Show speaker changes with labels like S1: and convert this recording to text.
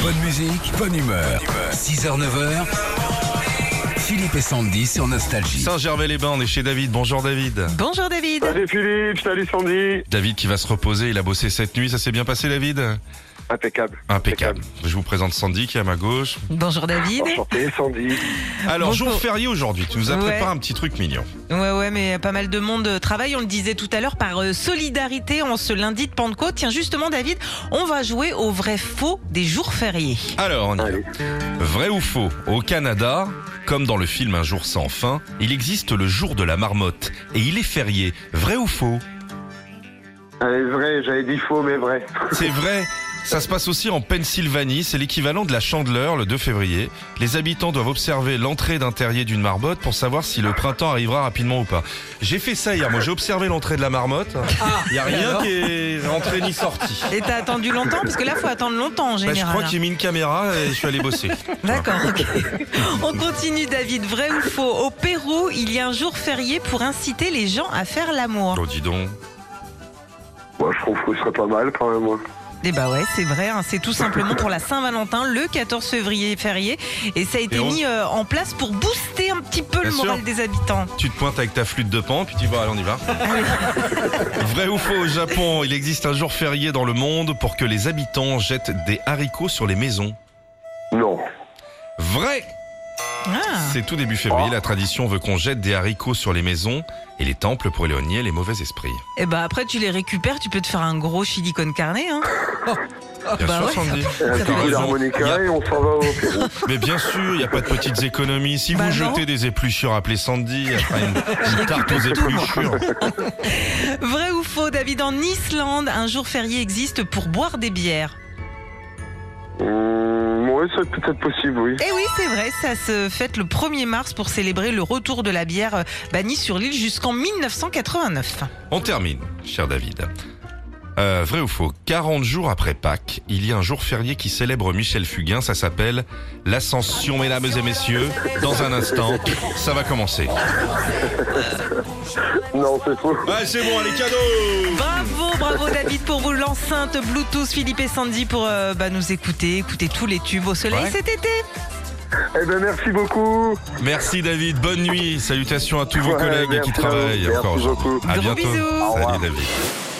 S1: Bonne musique, bonne humeur. 6h, 9h. Philippe et Sandy sur Nostalgie.
S2: Saint-Gervais-les-Bains, on est chez David. Bonjour David.
S3: Bonjour David.
S4: Salut Philippe, salut Sandy.
S2: David qui va se reposer, il a bossé cette nuit, ça s'est bien passé David
S4: Impeccable.
S2: Impeccable. Je vous présente Sandy qui est à ma gauche.
S3: Bonjour David.
S4: Enchanté Sandy.
S2: Alors,
S3: Bonjour.
S2: jour férié aujourd'hui, tu nous as
S3: Ouais.
S2: préparé un petit truc mignon.
S3: Ouais ouais mais pas mal de monde euh, travaille, on le disait tout à l'heure par euh, solidarité en ce lundi de Pentecôte. Tiens justement David, on va jouer au vrai faux des jours fériés.
S2: Alors, on y va.
S4: Allez.
S2: Vrai ou faux Au Canada, comme dans le film Un jour sans fin, il existe le jour de la marmotte et il est férié. Vrai ou faux
S4: Allez, vrai, j'avais dit faux, mais vrai.
S2: C'est vrai ça se passe aussi en Pennsylvanie, c'est l'équivalent de la Chandeleur le 2 février. Les habitants doivent observer l'entrée d'un terrier d'une marmotte pour savoir si le printemps arrivera rapidement ou pas. J'ai fait ça hier, moi j'ai observé l'entrée de la marmotte. Il y a rien qui est rentré ni sorti.
S3: Et t'as attendu longtemps parce que là faut attendre longtemps en
S2: Bah, je
S3: général. hein.
S2: crois qu'il a mis une caméra et je suis allé bosser.
S3: D'accord. ok. on continue David, vrai ou faux Au Pérou, il y a un jour férié pour inciter les gens à faire l'amour.
S2: Oh dis donc.
S4: Moi, je trouve que ce serait pas mal quand même. moi.
S3: Eh bah ouais, c'est vrai, hein, c'est tout simplement pour la Saint-Valentin, le 14 février férié, et ça a été
S2: Et on-
S3: mis euh, en place pour booster un petit peu le
S2: Bien
S3: moral
S2: sûr.
S3: des habitants.
S2: Tu te pointes avec ta flûte de pan, puis tu vas, allez, on y va. Vrai ou faux, au Japon, il existe un jour férié dans le monde pour que les habitants jettent des haricots sur les maisons.
S4: Non.
S2: Vrai
S3: Ah.
S2: C'est tout début février, la tradition veut qu'on jette des haricots sur les maisons et les temples pour éloigner les mauvais esprits.
S3: Et bah après tu les récupères, tu peux te faire un gros chili con carne. Hein.
S2: Bien
S3: bah
S2: sûr,
S3: ouais.
S2: Sandy.
S4: Un petit
S2: T'as
S4: coup
S2: raison. Y a-
S4: d'harmonica et on s'en va au Pérou.
S2: Mais bien sûr, il n'y a pas de petites économies. Si
S3: Bah
S2: vous
S3: non.
S2: jetez des épluchures, appelez Sandy, elle fera une, une tarte aux épluchures.
S3: Vrai ou faux, David, en Islande, un jour férié existe pour boire des bières.
S4: Hum, ouais, c'est peut-être possible, oui.
S3: Eh oui, c'est vrai, ça se fête le 1er mars pour célébrer le retour de la bière euh, bannie sur l'île jusqu'en 1989.
S2: On termine, cher David. Euh, vrai ou faux 40 jours après Pâques, il y a un jour férié qui célèbre Michel Fugain. Ça s'appelle l'Ascension, mesdames et messieurs. Dans un instant, ça va commencer.
S4: Non, c'est faux.
S2: Ah, c'est bon, les cadeaux
S3: Bravo, bravo David pour vous l'enceinte Bluetooth Philippe et Sandy pour euh, bah, nous écouter, écouter tous les tubes au soleil
S2: Ouais.
S3: cet été.
S4: Eh ben, merci beaucoup.
S2: Merci, David. Bonne nuit. Salutations à tous vos
S4: Ouais,
S2: collègues
S4: merci
S2: qui
S4: à vous.
S2: travaillent
S4: Merci
S2: encore aujourd'hui.
S4: beaucoup.
S2: À
S3: Gros
S2: bientôt.
S3: bisous.
S4: Au revoir.
S2: Salut, David.